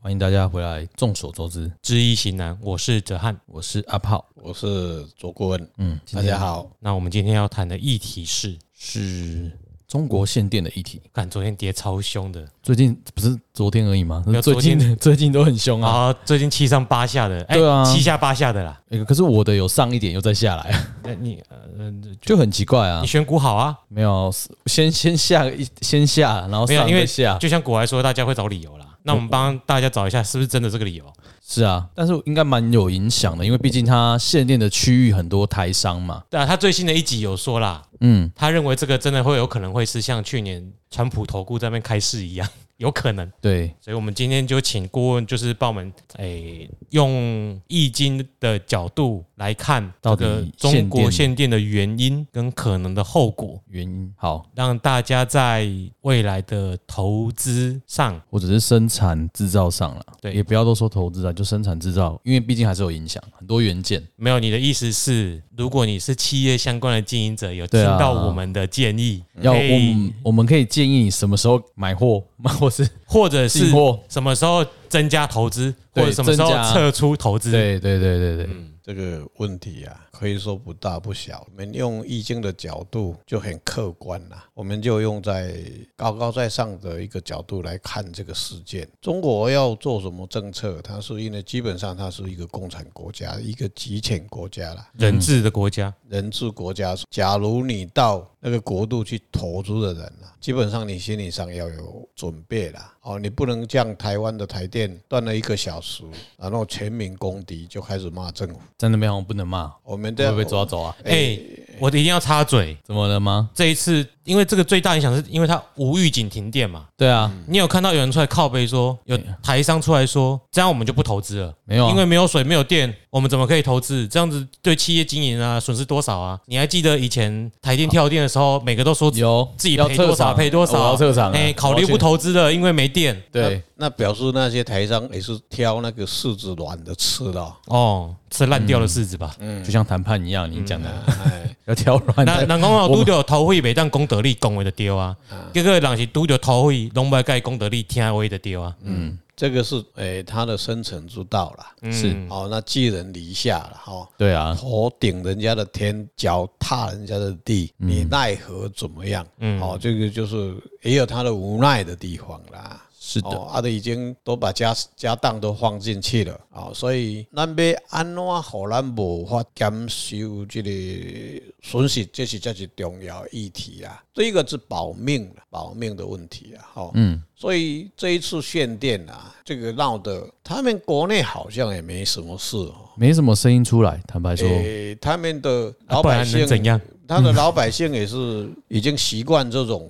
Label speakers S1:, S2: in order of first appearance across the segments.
S1: 欢迎大家回来。众所周知，
S2: 知易行难，我是哲翰。
S1: 我是阿炮。
S3: 我是卓顾问，
S1: 嗯，
S3: 大家好。
S2: 那我们今天要谈的议题是，
S1: 是中国限电的议题。
S2: 看昨天跌超凶的
S1: 最近不是昨天而已吗？
S2: 有
S1: 最
S2: 昨
S1: 近 最近都很凶啊。
S2: 啊，最近七上八下的，哎、
S1: 对啊
S2: 七下八下的啦。
S1: 那个可是我的有上一点，又再下来，
S2: 那你呃，呃
S1: 就很奇怪啊
S2: 你。选股好啊，
S1: 没有，先先下一先下，然后
S2: 没有
S1: 上
S2: 因为
S1: 再下，
S2: 就像古来说，大家会找理由啦。那我们帮大家找一下，是不是真的这个理由？
S1: 是啊。但是应该蛮有影响的，因为毕竟它限电的区域很多台商嘛。
S2: 对啊，他最新的一集有说啦，
S1: 嗯，
S2: 他认为这个真的会有可能会是像去年川普投顾在那边开市一样，有可能。
S1: 对，
S2: 所以我们今天就请顾问，就是帮我们诶、用易经的角度来看
S1: 到
S2: 这
S1: 底
S2: 个
S1: 限
S2: 中国
S1: 电
S2: 限电的原因跟可能的后果，
S1: 原因好，
S2: 让大家在未来的投资上，
S1: 或者是生产制造上了，
S2: 对
S1: 也不要都说投资啊，就生产制造，因为毕竟还是有影响，很多元件。
S2: 没有你的意思是，如果你是企业相关的经营者，有听
S1: 对啊
S2: 到我们的建议，
S1: 嗯要我
S2: 可以
S1: 们我们可以建议你什么时候买货，或 是
S2: 或者是
S1: 进货。
S2: 什么时候增加投资，或
S1: 对
S2: 者什么时候
S1: 增加
S2: 撤出投资，
S1: 对对对对对，
S3: 这个问题啊，可以说不大不小。我们用易经的角度就很客观啦、我们就用在高高在上的一个角度来看这个事件。中国要做什么政策？它是因为基本上它是一个共产国家，一个集权国家啦，
S2: 人治的国家，
S3: 人治国家。假如你到那个国度去投资的人啊，基本上你心理上要有准备啦。哦，你不能像台湾的台电断了一个小时，然后全民公敌就开始骂政府。
S1: 在那边好像不能骂，
S3: 我们这
S1: 会
S3: 样
S1: 不被抓走啊？
S2: 哎、我一定要插嘴。
S1: 怎么了吗？
S2: 这一次，因为这个最大影响是因为它无预警停电嘛。
S1: 对啊，
S2: 你有看到有人出来靠背说，有台商出来说，这样我们就不投资了，
S1: 没有啊
S2: 因为没有水没有电，我们怎么可以投资？这样子对企业经营啊损失多少啊？你还记得以前台电跳电的时候，每个都说
S1: 有
S2: 自己
S1: 要
S2: 赔多
S1: 撤
S2: 少
S1: 场啊哦
S2: 赔多少，
S1: 我要撤场啊了
S2: 哎，考虑不投资了，因为没电。
S1: 对，
S3: 那表示那些台商也是挑那个柿子软的吃的 哦、
S2: 哦，吃烂掉的柿子吧。
S1: 就像谈判一样，你讲的
S3: 哎，
S1: 要挑软
S2: 那
S1: 的，
S2: 人讲哦，拄着头费袂当讲道理，讲话就对啊。
S1: 嗯
S2: 结果人是拄着头费，拢袂甲伊讲道理，听话就对啊。
S1: 嗯
S3: 这个是诶、他的生存之道啦。
S1: 是
S3: 哦，那寄人篱下哦了哈、
S1: 对啊，
S3: 头顶人家的天，脚踏人家的地，
S1: 嗯
S3: 你奈何怎么样？哦，这个就是也有他的无奈的地方啦。
S1: 是的，
S3: 哦，啊，都已经都把家家当都放进去了啊、哦，所以咱要安怎互咱无法减少这个损失，这是才是重要的议题啊。这个是保命啦保命的问题啊，哈、哦，嗯，所以这一次限电啊，这个闹得他们国内好像也没什么事哦，
S1: 没什么声音出来，坦白说，
S3: 诶、他们的
S2: 啊
S3: 老
S2: 不然
S3: 百
S2: 能
S3: 姓
S2: 怎样？嗯
S3: 他的老百姓也是已经习惯这种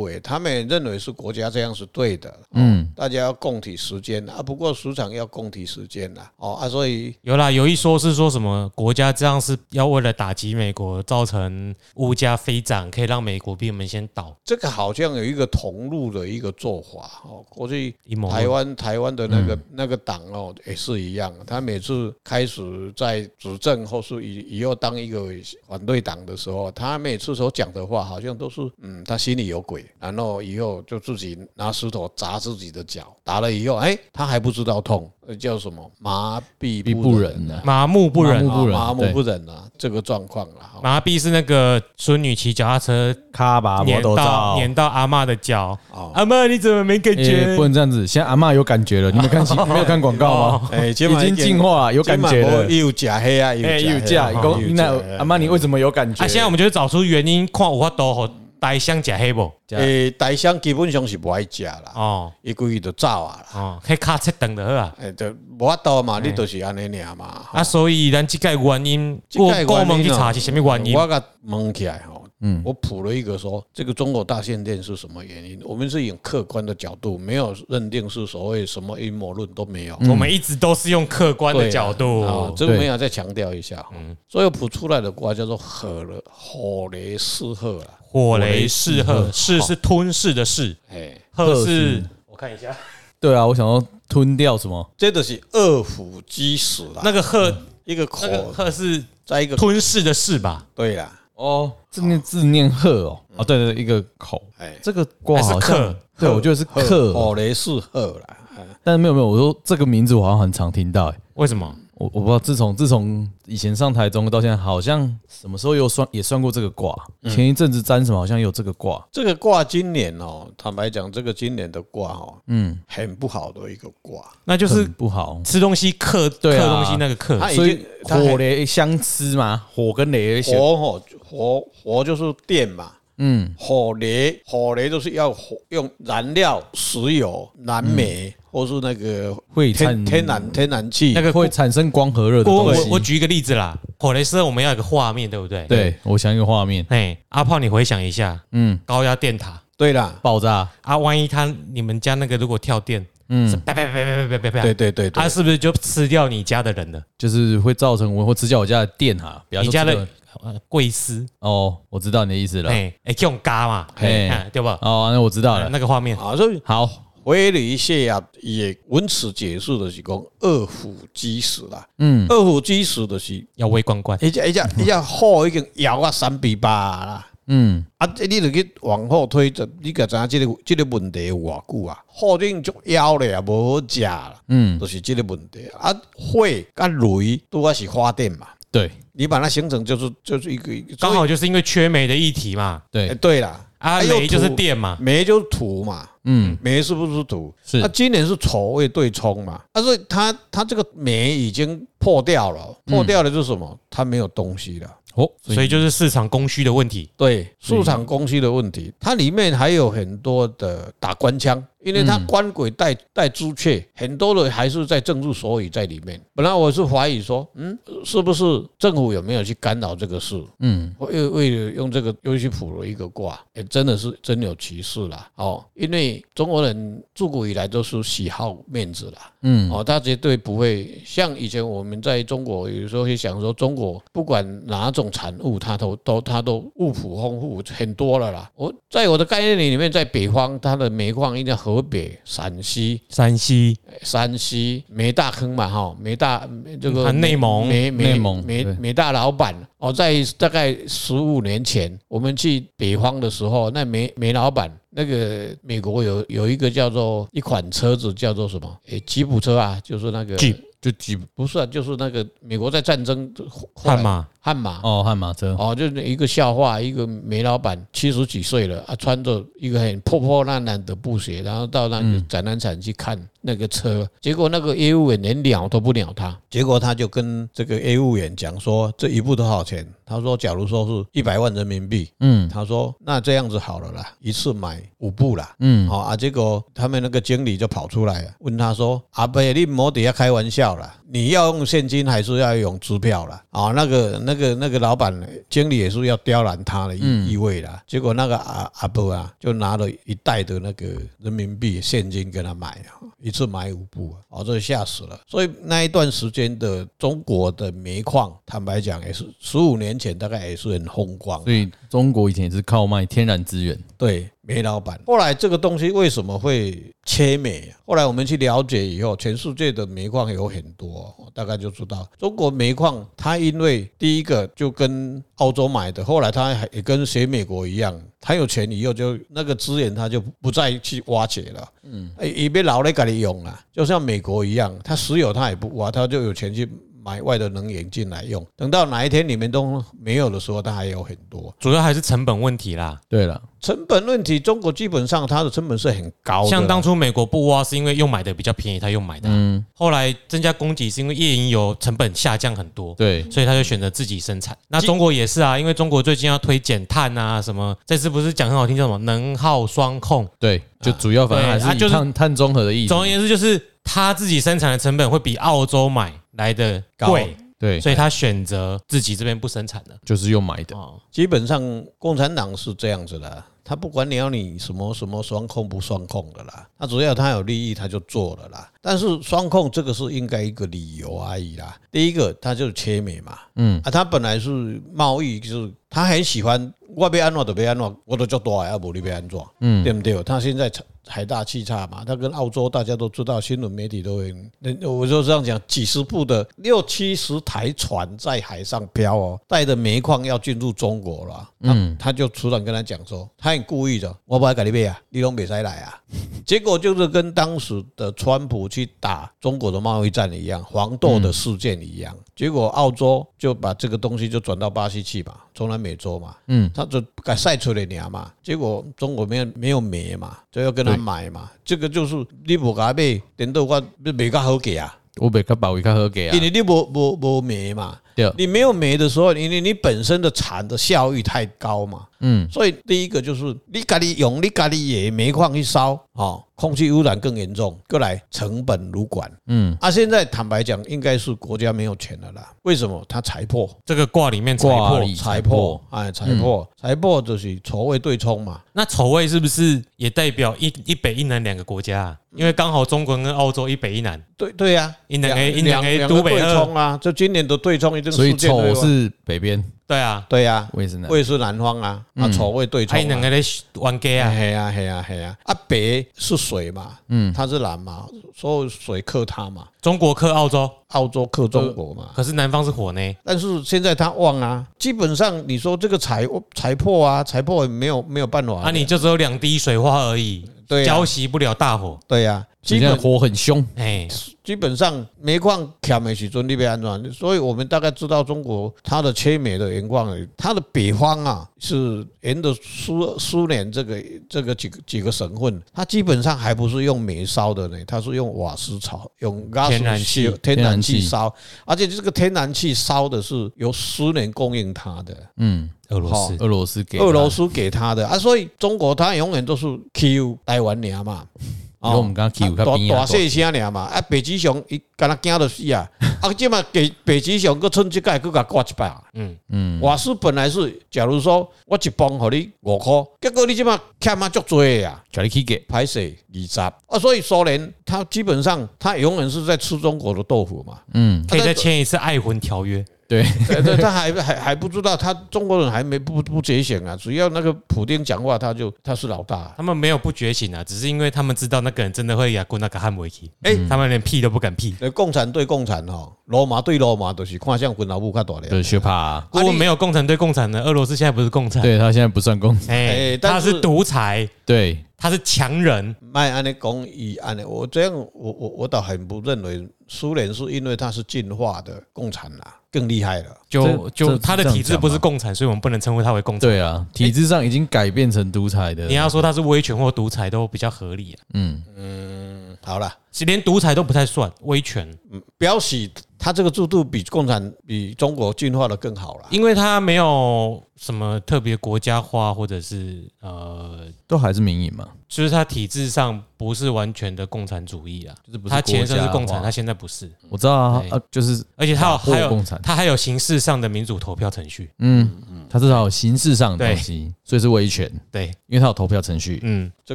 S3: 为，他们也认为是国家这样是对的。嗯，大家要共体时间啊，不过时常要共体时间啦。哦啊，所以
S2: 有啦，有一说是说什么国家这样是要为了打击美国，造成物价飞涨，可以让美国比我们先倒。
S3: 这个好像有一个同路的一个做法哦。过去
S2: 阴谋论
S3: 台湾台湾的那
S1: 嗯
S3: 个、那个党哦也是一样，他每次开始在执政或是以以后当一个反对党的时候，他每次所讲的话好像都是嗯他心里有鬼，然后以后就自己拿石头砸自己的脚，打了以后哎他还不知道痛，呃叫什么麻痹
S1: 逼不忍
S3: 啊
S1: 呢，
S2: 麻木不
S1: 麻
S2: 仁
S1: 木，不忍
S3: 麻木
S1: 对
S3: 不忍啊，这个状况了 哈。
S2: 麻痹是那个孙女骑脚踏车
S1: 哦卡吧，我
S2: 碾
S1: 都
S2: 到
S1: 照。
S2: 碾到阿嬷的脚
S3: 哦，
S2: 阿嬷你怎么没感
S1: 哎
S2: 觉
S1: 不？能这样子，现在阿嬷有感觉了，你们看新没有看广告吗？
S3: 哎，已
S1: 已经进化了有感觉了
S3: 又假黑啊，
S1: 哎，
S3: 又
S1: 有价，
S3: 假
S1: 公那
S3: 啊
S1: 阿嬷你为什么有感觉？
S2: 啊，现在我们就找出原因，看我都和呆香假黑不？
S1: 这样
S3: 诶，台商基本上是不爱食啦，
S2: 哦
S3: 伊规日就走啊啦，
S2: 哦，可以卡车等的好啊。
S3: 诶，就无法度嘛，你就是安尼尔嘛。
S2: 啊，所以咱这个原因，
S3: 这
S2: 我
S3: 个原因哦
S2: 我们去查是什么原因？
S3: 我甲问起来吼，嗯，我谱了一个说，这个中国大限电是什么原因？我们是以客观的角度，没有认定是所谓什么阴谋论都没有。
S2: 我们一直都是用嗯客观的
S3: 对啊
S2: 角
S3: 啊
S2: 度，哦
S3: 这个我们要再强调一下。嗯，所以我谱出来的卦叫做火了，火雷四鹤啦。
S2: 火雷噬鹤，噬是吞噬的噬，
S3: 哎，
S2: 鹤是，我看一下，
S1: 对啊，我想要吞掉什么？
S3: 这就是二虎击死啦，
S2: 那个鹤，
S3: 一
S2: 那
S3: 个
S2: 个
S3: 口
S2: 鹤是
S3: 再一个
S2: 吞噬的噬吧？
S3: 对啦。
S1: 哦，字念字念鹤哦，哦，对对，对一个口，
S3: 哎
S1: 这个卦
S2: 嗯还是
S1: 好像
S2: 克哦
S1: 对，我觉得是
S3: 鹤
S1: 克，哦
S3: 火雷是鹤啦，哎
S1: 但没有没有，我说这个名字我好像很常听到、欸，
S2: 为什么？
S1: 我我不知道，自从自从以前上台中到现在，好像什么时候有算也算过这个卦。
S2: 嗯
S1: 前一阵子占什么好像也有这个卦，
S3: 这个卦今年哦，坦白讲，这个今年的卦哦，嗯，很不好的一个卦，
S2: 那就
S1: 就是
S2: 是
S1: 不好，
S2: 吃东西克
S1: 对
S2: 克
S1: 啊
S2: 东西那个克，
S3: 它已
S1: 所
S3: 经
S1: 以
S3: 它很
S1: 火雷相吃嘛，火跟雷相
S3: 火火火火就是电嘛，嗯，火雷火雷就是要火用燃料石油、燃煤、或是那个
S1: 会
S3: 天
S1: 产
S3: 天然天然气
S2: 那，个
S1: 会产生光和热的
S2: 我
S1: 东
S2: 我我
S1: 西。
S2: 举一个例子啦，火雷斯我们要有个画面，对不对？，
S1: 对，我想一个画面，
S2: 哎，阿炮，你回想一下，
S1: 嗯，
S2: 高压电塔
S3: 对啦，
S1: 爆炸，
S2: 啊，万一他你们家那个如果跳电，嗯，是啪啪啪啪啪啪啪，
S3: 对，啊对对对
S2: 他，是不是就吃掉你家的人了？
S1: 就是会造成我或吃掉我家的电哈，比方
S2: 你
S1: 说
S2: 家
S1: 这
S2: 的
S1: 个
S2: 呃贵司，
S1: 哦，我知道你的意思了，
S2: 哎哎，用嘎嘛，
S1: 嘿
S2: 哎，对吧？
S1: 哦，那我知道了，
S2: 那个画面，
S3: 啊，所以
S1: 好，
S3: 回了一下呀，也文词解释的是讲二虎基石啦，嗯，二虎基石就是
S2: 要微观观，
S3: 一只一只一只火已经摇啊三比八啦。
S1: 嗯，
S3: 啊，这你著去往后推，就你个知影即个即个问题有偌久啊？火顶足枵咧，也无好食啦，嗯，就是即个问题啊。火甲雷拄啊是发电嘛，
S1: 对
S3: 你把它形成就是就是一个一个
S2: 刚好就是因为缺煤的议题嘛，
S3: 哎
S1: 对，
S3: 对啦，
S2: 啊，
S3: 还有
S2: 煤就是
S3: 土，
S2: 电嘛，
S3: 煤就是土嘛，
S1: 嗯，
S3: 煤是不是土？
S1: 是
S3: 那、今年是丑未对冲嘛，啊，所以它它这个煤已经破掉了，破
S2: 嗯
S3: 掉了就是什么？它没有东西了。
S1: 哦，
S2: 所以就是市场供需的问题。
S3: 对市场供需的问题，它里面还有很多的打官腔，因为它官鬼带带朱雀，很多的还是在政治所以在里面。本来我是怀疑说，嗯，是不是政府有没有去干扰这个事？
S1: 嗯，
S3: 我又为了用这个又去卜了一个卦，也真的是真有其事啦。哦，因为中国人自古以来都是喜好面子啦。
S1: 嗯，
S3: 哦，他绝对不会像以前我们在中国，有时候会想说，中国不管哪种产物，它都都它都物普丰富很多了啦。我在我的概念里面，在北方，它的煤矿应该河北、陕西、
S2: 山西
S3: 山西煤大坑嘛，哈，煤大这个
S2: 啊内蒙
S3: 煤煤
S1: 内蒙
S3: 煤
S1: 对
S3: 煤大老板哦，在大概十五年前，我们去北方的时候，那煤煤老板那个美国有有一个叫做一款车子叫做什么？诶，吉普车啊，就是那个
S2: Jeep
S1: 就几
S3: 不是啊，就是那个美国在战争
S2: 悍马，
S3: 悍马
S1: 哦，悍马车，
S3: 哦，就是一个笑话，一个煤老板七十几岁了啊，穿着一个很破破烂烂的布鞋，然后到那个展览场去看那个车，结果那个业务员连鸟都不鸟他，结果他就跟这个业务员讲说这一部多少钱？他说假如说是一百万人民币，
S1: 嗯
S3: 他说那这样子好了啦，一次买五部啦。
S1: 嗯，
S3: 好、啊，结果他们那个经理就跑出来了，啊问他说：“阿伯，你莫底下开玩笑啦，你要用现金还是要用支票啦？”啊、那个那个那个老板经理也是要刁难他的意、
S1: 嗯
S3: 意味啦。结果那个阿阿伯啊，就拿了一袋的那个人民币现金给他买啊，一次买五部啊，哦，这吓死了。所以那一段时间的中国的煤矿，坦白讲也是十五年前大概也是很风光啊。
S1: 所以中国以前也是靠卖天然资源，
S3: 对，煤老板。后来这个东西为什么会切煤啊？后来我们去了解以后，全世界的煤矿有很多，我大概就知道中国煤矿它因为第一个就跟澳洲买的，后来它还也跟学美国一样，它有钱以后就那个资源它就不再去挖掘了，嗯，也被老来给你用了，就像美国一样，它石油它也不挖，它就有钱去。买外的能源进来用，等到哪一天你们都没有的时候，它还有很多。
S2: 主要还是成本问题啦。
S1: 对了，
S3: 成本问题，中国基本上它的成本是很高的啦。
S2: 像当初美国不挖是因为用买的比较便宜，他用买
S1: 嗯
S2: 的啊。后来增加供给是因为页岩油成本下降很多，
S1: 对，
S2: 所以他就选择自己生产。那中国也是啊，因为中国最近要推减碳啊，什么这次不是讲很好听叫什么能耗双控？
S1: 对，就主要反正还
S2: 对啊
S1: 是
S2: 就
S1: 以
S2: 是
S1: 碳碳中和的意思
S2: 总，而言之，就是他自己生产的成本会比澳洲买来的贵，
S1: 对，
S2: 所以他选择自己这边不生产了。
S1: 就是用买的，
S2: 哦，
S3: 基本上共产党是这样子的，他不管你要你什么什么双控不双控的啦，他只要他有利益他就做了啦。但是双控这个是应该一个理由而已啦。第一个，他就是切美嘛，嗯，啊，他本来是贸易就是。他很喜欢我要安怎就要安怎，我都做大啊，无你要安怎，嗯，对不对？他现在财大气差嘛，他跟澳洲大家都知道，新闻媒体都会，那我就这样讲，几十部的六七十台船在海上漂哦，带着煤矿要进入中国了，嗯，他就突然跟他讲说，他很故意的，我不要跟你买啊，你拢别再来啊， 结果就是跟当时的川普去打中国的贸易战一样，黄豆的事件一样。结果澳洲就把这个东西就转到巴西去嘛，中南美洲嘛，嗯，他就敢晒出来娘嘛。结果中国没有没有煤嘛，就要跟他买嘛。这个就是你不敢买，等到我没较好给啊，
S1: 我被他把维卡喝给啊
S3: 因，为你无无无煤嘛。
S1: 对，
S3: 你没有煤的时候，因为你本身的产的效益太高嘛，
S1: 嗯，
S3: 所以第一个就是你家里用你家里也煤矿去烧哦，空气污染更严重，过来成本如管，
S1: 嗯，
S3: 啊，现在坦白讲，应该是国家没有钱了啦，为什么？它财破，
S2: 这个卦里面财
S1: 卦
S2: 破
S1: 里，
S3: 财破，哎，财
S1: 嗯
S3: 破，财破就是所谓对冲嘛，
S2: 那丑位是不是也代表一一北一南两个国家啊？
S3: 嗯
S2: 因为刚好中国跟澳洲一北一南，
S3: 对对呀，
S2: 一两 A 一
S3: 两
S2: 两 A
S3: 两
S2: 都
S3: 个
S2: 北
S3: 对
S2: 二，
S3: 冲啊，就今年的对冲一定
S1: 所以
S3: 事件对
S1: 丑
S3: 吧
S1: 是嗯北边，
S2: 对啊，
S3: 对呀，
S1: 我也是南，
S3: 魏是南方啊，
S1: 嗯
S3: 啊，所谓对冲
S2: 还有
S3: 啊
S2: 两。个在玩 gay 啊，
S3: 嘿啊嘿啊嘿啊！啊北是水嘛，嗯，它是南嘛，所以水克它嘛，
S2: 中国克澳洲，
S3: 澳洲克中国嘛。
S1: 呃
S2: 可是南方是火呢，
S3: 但是现在它旺啊，基本上你说这个财财破啊，财破也没有没有办法的
S2: 啊，你就只有两滴水花而已，
S3: 对啊
S2: 浇熄不了大火，
S3: 对呀、
S1: 现
S3: 基
S1: 在
S3: 本
S1: 火很凶，
S2: 哎，基
S3: 基本上煤矿卡美时准你被安装，所以我们大概知道中国它的缺煤的原矿，它的北方啊是沿着苏苏联这个这个几个几个省份，它基本上还不是用煤烧的呢，它是用瓦斯炒，用 gas
S2: 天然气
S3: 烧天然气
S1: 天然气
S3: 烧，而且这个天然气烧的是由苏联供应它的，
S1: 嗯，
S2: 俄罗斯
S1: 俄罗斯给
S3: 俄罗
S1: 斯，
S3: 斯给它的啊，所以中国它永远都是 Q 台湾娘 嘛。哦
S1: 因为我们刚刚 Q 他
S3: 大
S1: 边
S3: 大
S1: 啊，
S3: 细声尔嘛，啊，北极熊伊敢若惊到死 啊！啊，即嘛北北极熊佫趁即届佫甲挂一百，
S2: 嗯
S3: 嗯，瓦斯本来是，假如说我一磅互你五箍，结果你即嘛欠啊足多的啊，
S1: 叫你去给，
S3: 歹势二十啊，所以苏联它基本上它永远是在吃中国的豆腐嘛，
S1: 嗯，
S2: 可以再签一次爱魂条约，
S1: 对，
S3: 对对， 他还还还不知道，他中国人还没不不觉醒啊，只要那个普丁讲话，他就他是老 大啊、
S2: 他们没有不觉醒啊，只是因为他们知道那个人真的会雅过那个汉维奇，哎，
S3: 嗯
S2: 他们连屁都不敢屁，
S3: 呃，共产对共产吼，罗马对罗马，都是看向滚老母较大
S1: 对，
S3: 咧。
S1: 学怕，啊
S2: 如果没有共产对共产的，俄罗斯现在不是共 产，
S1: 对他现在不算公，
S2: 哎，
S3: 哎但
S2: 他
S3: 是
S2: 是独裁，
S1: 对，
S2: 他是强人，
S3: 卖安尼讲，以安尼，我这样，我我我倒很不认为苏联是因为它是进化的共产啦，更厉害了。
S2: 就
S1: 这
S2: 就
S1: 这
S2: 他的
S1: 这样
S2: 体制
S1: 讲
S2: 不是
S1: 吗
S2: 共产，所以我们不能称呼他为共产。
S1: 对啊，体制上已经改变成独裁的
S2: 你，要说他是威权或独裁都比较合理啊，
S1: 嗯，
S3: 嗯，好了，
S2: 是连独裁都不太算威权，
S3: 表示它这个制度比共产比中国进化的更好啦。
S2: 因为他没有什么特别国家化，或者是呃，
S1: 都还是民营嘛，
S2: 就是他体制上不是完全的共产主义啊，
S1: 就是不是
S2: 他前身
S1: 国
S2: 是
S1: 家
S2: 共产，
S1: 化
S2: 他现在不是，
S1: 我知道啊，
S2: 对
S1: 啊，就是
S2: 而且他有
S1: 打破
S2: 还有
S1: 共产
S2: 他还有形式上的民主投票程序，
S1: 嗯，他至少有形式上的
S2: 对
S1: 东西，所以是维权，
S2: 对，
S1: 因为他有投票程序，
S2: 嗯，
S3: 这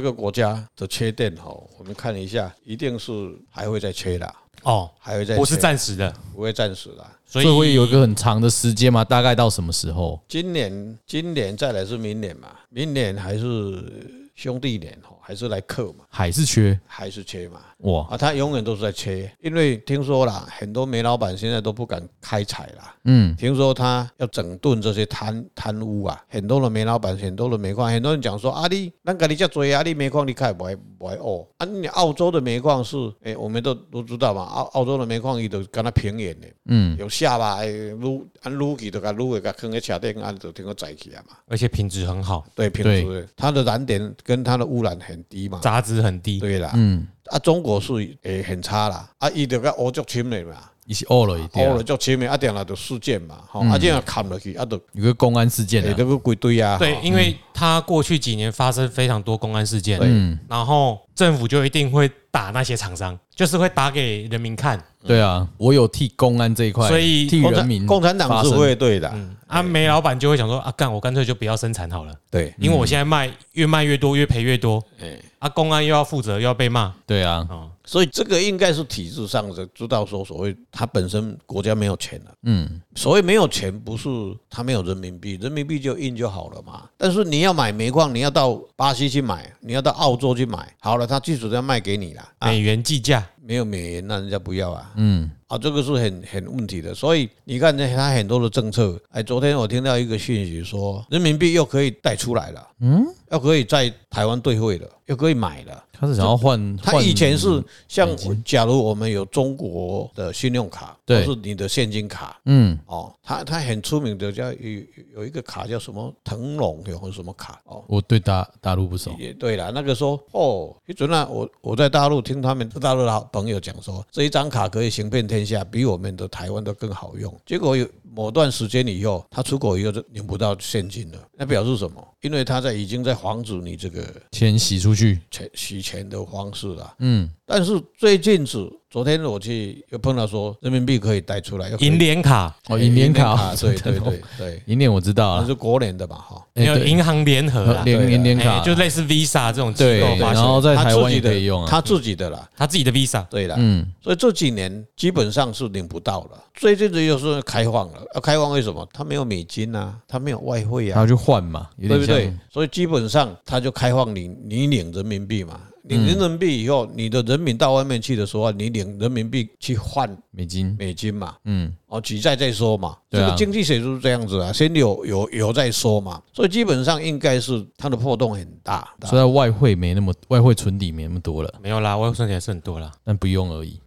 S3: 个国家的缺点哈，我们看一下，一定是还会再缺的，
S2: 哦，
S3: 还会再
S2: 不是
S3: 缺
S2: 暂时的，
S3: 不会暂时啦。
S2: 所
S1: 所
S2: 以
S1: 以会有一个很长的时间嘛，大概到什么时候？
S3: 今年今年再来是明年嘛，明年还是兄弟年哈，还是来克嘛，
S1: 还是缺
S3: 还是缺嘛。
S1: 哇，
S3: 啊，他永远都是在切，因为听说啦，很多煤老板现在都不敢开采啦。
S1: 嗯，
S3: 听说他要整顿这些贪贪污啊，很多的煤老板，很多的煤矿，很多人讲说啊，你咱家里这多啊，你煤矿你开不爱不爱哦。啊，你澳洲的煤矿是，诶、我们都都知道嘛，澳澳洲的煤矿伊都跟它平原的，
S1: 嗯，
S3: 有下巴，诶撸按撸去就甲撸个甲坑个车顶，啊就听个载起来嘛。
S2: 而且品质很好，
S3: 对，平
S1: 对
S3: 时它的燃点跟它的污染很低嘛。
S2: 杂质很低，
S3: 对啦，
S1: 嗯，
S3: 啊，中国是诶很差啦，啊，伊就甲欧足深的嘛。
S1: 一起哦了一
S3: 哦，了
S1: 点，
S3: 足深的，啊，定来就事件嘛，吼，啊，这样砍落去，啊，就
S1: 有个公安事件
S3: 下
S1: 嗯啊，
S3: 得个归堆啊，
S2: 对，
S3: 吼，
S2: 因为他过去几年发生非常多公安事件，
S1: 嗯
S2: 然后政府就一定会打那些厂商，就是会打给人民看。
S1: 对啊，我有替公安这一块，
S2: 所以
S1: 替
S3: 共
S1: 人
S3: 产
S1: 民
S3: 共产党是
S1: 发声
S3: 会对的啊，
S2: 嗯，啊，煤老板就会想说啊，干，我干脆就不要生产好
S1: 嗯
S2: 了，
S3: 对，
S2: 因为我现在卖越卖越多，越赔越多。
S3: 哎，
S2: 啊，公安又要负责，又要被骂。
S1: 对啊，
S2: 哦，
S3: 所以这个应该是体制上的，知道说所谓他本身国家没有钱了、
S1: 嗯，
S3: 所谓没有钱，不是他没有人民币，人民币就印就好了嘛。但是你要买煤矿，你要到巴西去买，你要到澳洲去买，好了，他技术要卖给你了啊，
S2: 美元计价，
S3: 没有美元，那人家不要啊。
S1: 嗯，
S3: 啊，这个是很很问题的，所以你看呢，他很多的政策，哎，昨天我听到一个讯息说，人民币又可以带出来了，嗯，又可以在台湾兑汇了，又可以买了，
S1: 他是想要换，
S3: 他
S1: 换
S3: 以前是像我，假如我们有中国的信用卡，或
S1: 对
S3: 是你的现金卡。
S1: 嗯，
S3: 哦，他他很出名的叫有有一个卡叫什么腾龙，有个什么卡哦，
S1: 我对大大陆不熟，
S3: 也对了，那个时候哦，一准啊，我我在大陆听他们大陆的好朋友讲说，这一张卡可以行遍天下，比我们的台湾的更好用。结果有某段时间以后，他出国以后就领不到现金了，那表示什么？因为他在已经在防止你这个
S1: 钱洗出去，
S3: 钱洗钱的方式了。
S1: 嗯，
S3: 但是最近子，昨天我去又碰到说人民币可以带出来，又可以哎
S2: 银联卡，
S1: 哦，银联卡，
S3: 对对对对，
S1: 银联我知道
S3: 那
S1: 啊，
S3: 是国联的嘛哈。
S1: 哎
S2: 没有
S1: 对呃
S2: 银行联合啦，
S1: 联
S3: 对
S1: 银联
S2: 哎
S1: 卡
S2: 就类似 Visa 这种机
S1: 对
S2: 构
S1: 对
S2: 发
S1: 然
S2: 行，
S1: 后在
S3: 哦他
S1: 台
S3: 自
S1: 湾
S3: 己
S1: 也
S3: 的
S1: 可以用啊，
S3: 他自己的啦，
S2: 他自己的 Visa，
S3: 对啦，
S1: 嗯，
S3: 所以这几年基本上是领不到了。最近子又是开放了，啊，开放为什么？他没有美金啊，他没有外汇
S1: 他
S3: 啊，
S1: 就换嘛，有
S3: 对
S1: 点
S3: 不
S1: 像
S3: 对？所以基本上他就开放你，你领人民币嘛，领人
S1: 嗯
S3: 民币以后，你的人民到外面去的时候，你领人民币去换
S1: 美金，
S3: 美金嘛，
S1: 嗯，
S3: 哦，举债再说嘛，这
S1: 对啊
S3: 个经济学就是这样子啊，先有有有再说嘛，所以基本上应该是它的啊破洞很大，
S1: 所以它外汇没那么，外汇存底没那么多了，
S2: 没有啦，外汇存底还是很多啦。
S1: 但不用而已，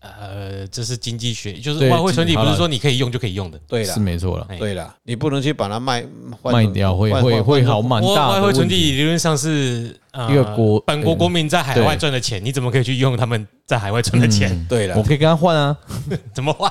S2: 呃，这是经济学，就是
S1: 对
S2: 外汇存底
S1: 经
S2: 不
S1: 济
S2: 是说你可以用就可以用的。
S3: 对
S1: 是
S3: 了。
S1: 没错了，
S2: 哎
S3: 对了，你不能去把它卖换
S1: 卖掉会
S3: 换
S1: 会
S3: 换
S1: 会
S3: 换
S1: 好蛮
S2: 我
S1: 大
S2: 外
S1: 的
S2: 汇存
S1: 问题，
S2: 底理论上是呃
S1: 一个国
S2: 本国
S1: 嗯
S2: 国民在海
S1: 对嗯
S2: 外赚的钱，你怎么可以去用他们在海外赚的钱？
S3: 对
S1: 我
S3: 了，
S1: 可以跟他换啊，
S2: 怎么 换？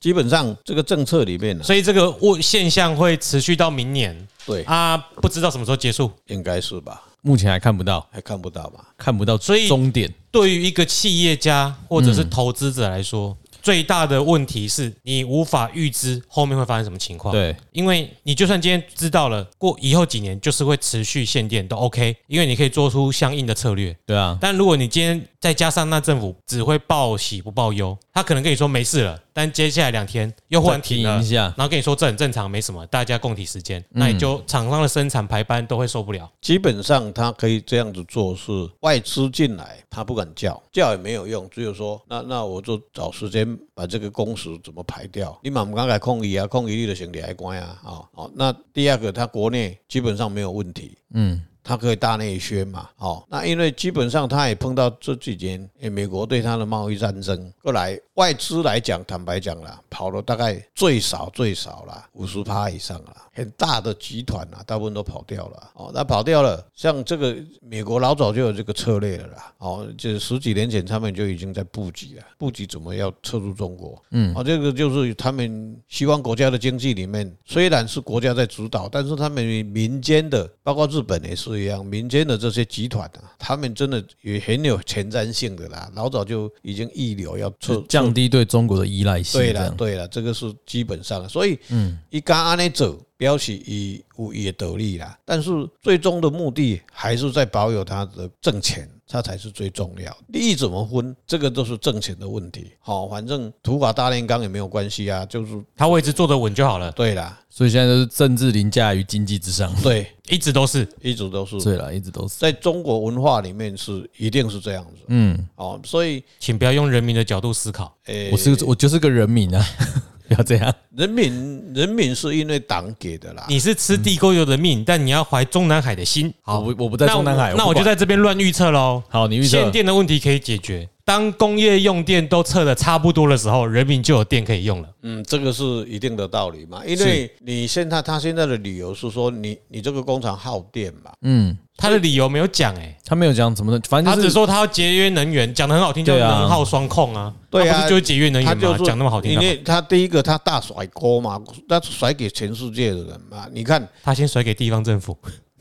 S3: 基本上这个政策里面啊呢、
S2: 所以这个物现象会持续到明年
S3: 对，
S2: 啊，不知道什么时候结束。
S3: 应该是吧，
S1: 目前还看不到，
S3: 还看不到吧？
S1: 看不到
S2: 所以
S1: 终点，
S2: 对于一个企业家或者是
S1: 嗯
S2: 投资者来说，最大的问题是你无法预知后面会发生什么情况。
S1: 对，
S2: 因为你就算今天知道了，过以后几年就是会持续限电都 OK，因为你可以做出相应的策略。
S1: 对啊，
S2: 但如果你今天再加上那政府只会报喜不报忧，他可能跟你说没事了，但接下来两天又忽然停
S1: 再
S2: 了
S1: 停一下嗯
S2: 然后跟你说这很正常，没什么，大家共体时间，那你就厂商的生产排班都会受不了。
S3: 基本上他可以这样子做，是外资进来，他不敢叫，叫也没有用，只有说那那我就找时间把这个工时怎么排掉。你嘛不敢来控议啊，控议你的行李还关啊，啊、哦、哦。那第二个，他国内基本上没有问题，
S1: 嗯，
S3: 它可以大内宣嘛，哦，那因为基本上它也碰到这几年，诶美国对它的贸易战争，过来外资来讲，坦白讲啦，跑了大概最少最少啦，五十趴以上啦，很大的集团啦，大部分都跑掉了，哦，那跑掉了，像这个美国老早就有这个策略了啦，哦，这十几年前他们就已经在布局了，布局怎么要撤出中国，嗯，哦，这个就是他们西方国家的经济里面，虽然是国家在主导，但是他们民间的，包括日本也是一样，民间的这些集团啊，他们真的也很有前瞻性的啦，老早就已经预留要
S1: 就
S3: 撤
S1: 降低对中国的依赖性，
S3: 对
S1: 这
S3: 了，
S1: 样
S3: 对了，这个是基本上的，所以，嗯，一刚安尼走，表示伊有伊的道理啦。但是最终的目的还是在保有他的挣钱，它才是最重要。利益怎么分，这个都是挣钱的问题。好、反正土法大炼钢也没有关系啊，就是
S2: 他位置坐得稳就好了，
S3: 对啦，
S1: 所以现在都是政治凌驾于经济之上，
S3: 对，
S2: 一直都是。
S3: 一直都
S2: 嗯
S3: 是
S1: 对了，一直都是，
S3: 在中国文化里面是一定是这样子。
S1: 嗯，
S3: 哦，所以，
S2: 请不要用人民的角度思考。
S3: 诶、
S1: 我是我就是个人民啊， 不要这样，
S3: 人民，人民是因为党给的
S1: 啊
S3: 啦。
S2: 你是吃地沟油的命，但你要怀中南海的心。好，
S1: 我不我不在中南海
S2: 那我那
S1: 我
S2: 我
S1: 不管
S2: 就在这边乱预测喽。
S1: 好，你预测
S2: 限，电的问题可以解决，当工业用电都测的差不多的时候，人民就有电可以用了。
S3: 嗯，这个是一定的道理嘛，因为你现在他现在的理由是说你你这个工厂耗电嘛，
S1: 嗯，
S2: 他的理由没有讲，哎，
S1: 他没有讲怎么的，反正
S2: 他
S1: 就
S2: 只
S1: 是
S2: 说他要节约能源，讲的很好听，叫
S1: 对啊
S2: 能耗双控啊，
S3: 对啊
S2: 他不是就是节约能
S3: 他
S2: 源
S3: 就
S2: 吗？
S3: 是
S2: 讲那么好听
S3: 因
S2: 干嘛，
S3: 为他第一个他大甩锅嘛，他甩给全世界的人嘛，你看
S2: 他先甩给地方政府，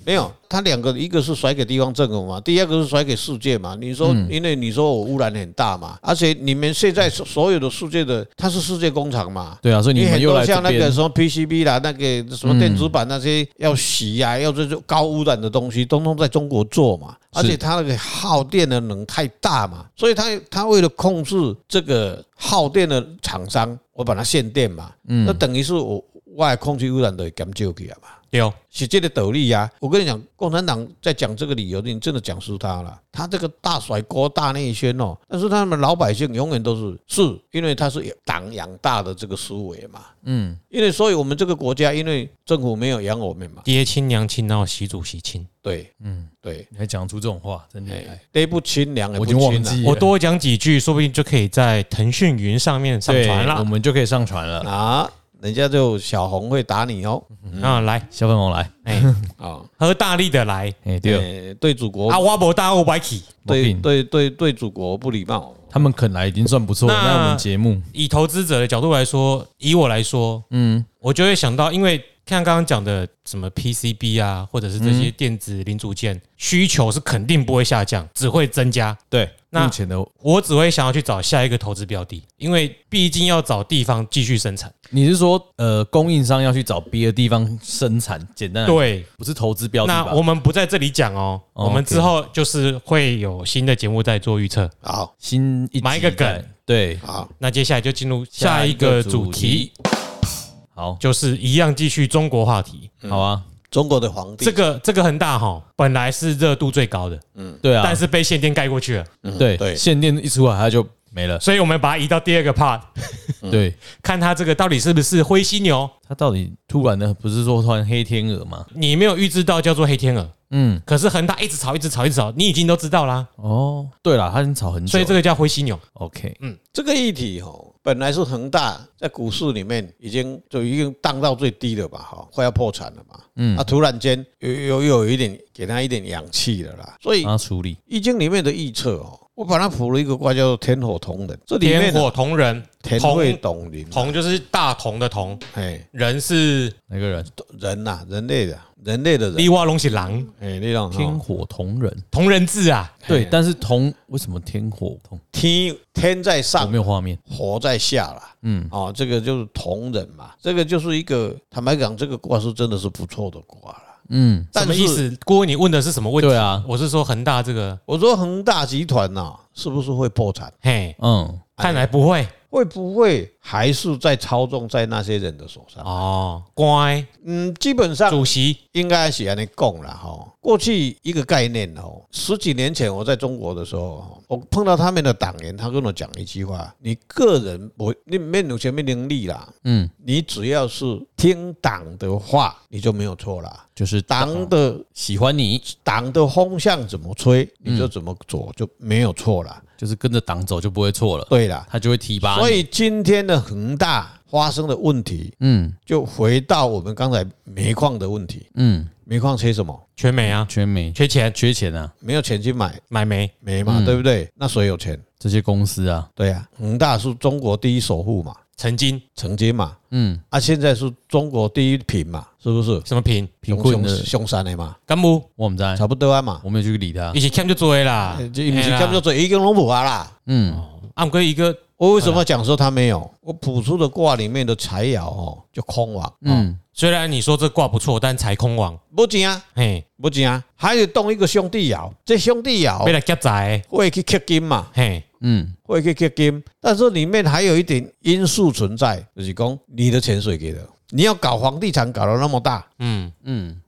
S3: 没有，他两个，一个是甩给地方政府嘛，第二个是甩给世界嘛。你说，
S2: 嗯
S3: 因为你说我污染很大嘛，而且你们现在所所有的世界的，它是世界工厂嘛。
S1: 对啊，所以你
S3: 因为
S1: 们
S3: 很
S1: 又
S3: 多
S1: 来
S3: 像
S1: 这
S3: 那个
S1: 边嗯
S3: 什么 PCB 啦，那个什么电子板那些要洗呀、要这种高污染的东西，通通在中国做嘛。
S1: 是
S3: 而且它那个耗电的能太大嘛，所以它它为了控制这个耗电的厂商，我把它限电嘛。
S1: 嗯
S3: 那等于是我外空气污染的减少去啊嘛。
S2: 对哦，
S3: 是这个斗笠呀！我跟你讲，共产党在讲这个理由，你真的讲输他了。他这个大甩锅、大内宣哦，但是他们老百姓永远都是是因为他是党养大的这个思维嘛。嗯，因为所以我们这个国家，因为政府没有养我们嘛，
S2: 爹亲娘亲，然后习主席亲。
S3: 对，嗯，对，
S1: 你还讲出这种话，真厉害
S3: 哎，，爹不亲，啊娘也
S1: 我
S3: 不
S1: 已经忘
S3: 亲
S1: 记了
S2: 我多讲几句，说不定就可以在腾讯云上面上
S1: 对
S2: 传，
S1: 我
S2: 了。
S1: 们就可以上传了。
S3: 啊啊！人家就小红会打你哦，
S2: 啊，来，
S1: 小粉红来，
S2: 哎，
S3: 啊，
S2: 喝大力的来
S1: 哎，嗯对，
S3: 呃对祖国
S2: 啊，，我博大我白起。
S1: 没
S3: 对
S1: 病
S3: 对对对祖国不礼貌。
S1: 他们肯来已经算不错了。
S2: 那
S1: 那我们节目，
S2: 以投资者的角度来说，以我来说，
S1: 嗯，
S2: 我就会想到，因为像刚刚讲的什么 PCB 啊，或者是这些电子零组件，需求是肯定不会下降，只会增加。
S1: 对，
S2: 那
S1: 目前的
S2: 我只会想要去找下一个投资标的，因为毕竟要找地方继续生产。
S1: 你是说，呃，供应商要去找别的地方生产，简单来说，
S2: 对，
S1: 不是投资嗯标的
S2: 那
S1: 吧？
S2: 我们不在这里讲哦，
S1: 哦
S2: 我们之后就是会有新的节目再做预测。
S3: 好，
S1: 新一集
S2: 埋一个
S1: 在
S2: 梗，
S1: 对，
S3: 好，
S2: 那接下来就进入下一个主题，，
S1: 好，
S2: 就是一样继续中国话题。
S1: 好啊，
S3: 中国的皇帝
S2: 这个这个恒大哈，本来是热度最高的，
S1: 对啊，
S2: 但是被限电盖过去了，
S1: 对，
S3: 嗯对
S1: 限电一出来它就没了，
S2: 所以我们把它移到第二个 part，嗯
S1: 对。
S2: 看它这个到底是不是灰犀牛。
S1: 它到底突然的不是说突然黑天鹅吗？
S2: 你没有预知到叫做黑天鹅，
S1: 嗯，
S2: 可是恒大一直炒，一直炒，一直炒，你已经都知道啦，
S1: 哦，对了，它已经吵很久了，
S2: 所以这个叫灰犀牛。
S1: OK，
S3: 这个议题哈、本来是恒大在股市里面已经就已经荡到最低了吧，哈、快要破产了嘛。嗯，啊，突然间又又又有一点给他一点氧气了啦。所以
S1: 帮它处理，
S3: 易经里面的预测哦，我把它谱了一个卦叫做天火同人，这里
S2: 天
S3: 面
S2: 火同人，
S3: 啊天会
S2: 同
S3: 懂人，
S2: 同就是大同的同，
S3: 哎，
S2: 人是
S1: 那个人
S3: 人呐、人类的人类的人，
S2: 利瓦龙是狼，
S3: 哎，你让
S1: 天火同人，
S2: 同人志啊，
S1: 对，但是同为什么天火同？
S3: 天天在
S1: 我
S3: 上
S1: 没，有画面，
S3: 活在下啦，嗯，哦，这个就是同人嘛，这个就是一个坦白讲，这个卦是真的是不错的卦啦。
S1: 嗯，
S3: 但
S2: 什么
S3: 是
S2: 意思？郭文，你问的是什么问题？
S1: 对啊
S2: 我是说恒大这个，
S3: 我说恒大集团呐、是不是会破产？
S2: 嘿，
S1: 嗯，
S2: 看来不会
S3: 会不会还是在操纵在那些人的手上？
S2: 哦。乖，
S3: 嗯，基本上
S2: 主席，
S3: 应该是安尼讲啦哈。过去一个概念哦，十几年前我在中国的时候吼，我碰到他们的党员，他跟我讲一句话：你个人我你没有钱没能力啦，
S1: 嗯，
S3: 你只要是听党的话，你就没有错啦。
S1: 就是
S3: 党的
S1: 喜欢你，
S3: 党的风向怎么吹，你就怎么走，就没有错啦。
S1: 就是跟着党走就不会错了，
S3: 对啦，
S1: 他就会提拔你，
S3: 所以今天的恒大发生的问题，
S1: 嗯
S3: 就回到我们刚才煤矿的问题。
S1: 嗯，
S3: 煤矿缺什么？
S2: 缺煤啊，
S1: 全没
S2: 缺钱，
S1: 缺钱啊，
S3: 没有钱去买
S2: 买煤。
S3: 煤
S1: 嗯
S3: 嘛，对不对？那谁有钱？
S1: 这些公司啊，
S3: 对呀、恒大是中国第一首富嘛，
S2: 曾经
S3: 曾经嘛，
S1: 嗯，
S3: 啊，现在是中国第一贫嘛，是不是？
S2: 什么平
S1: 贫困
S3: 凶
S1: 的
S3: 凶凶三的嘛，
S2: 干部
S1: 我们在，
S3: 差不多啊嘛，
S1: 我没有去理他，
S2: 一起 cam 就追啦，
S1: 哎
S3: 就不是
S2: 嘿啦
S3: 叫做做一个龙普啊啦。
S1: 嗯，
S2: 啊，我们一个
S3: 我为什
S1: 哎
S3: 么讲说他没有？我朴素的卦里面的财爻哦，就空亡，嗯，
S2: 虽然你说这卦不错，但财空王，
S3: 不钱啊，
S2: 嘿，
S3: 不钱啊，还有动一个兄弟爻，这兄弟爻
S2: 被来夹财，
S3: 会去吸金嘛，
S2: 嘿，
S1: 嗯，
S3: 会去吸金，但是里面还有一点因素存在，就是讲你的钱谁给的？你要搞房地产搞得那么大，
S2: 嗯，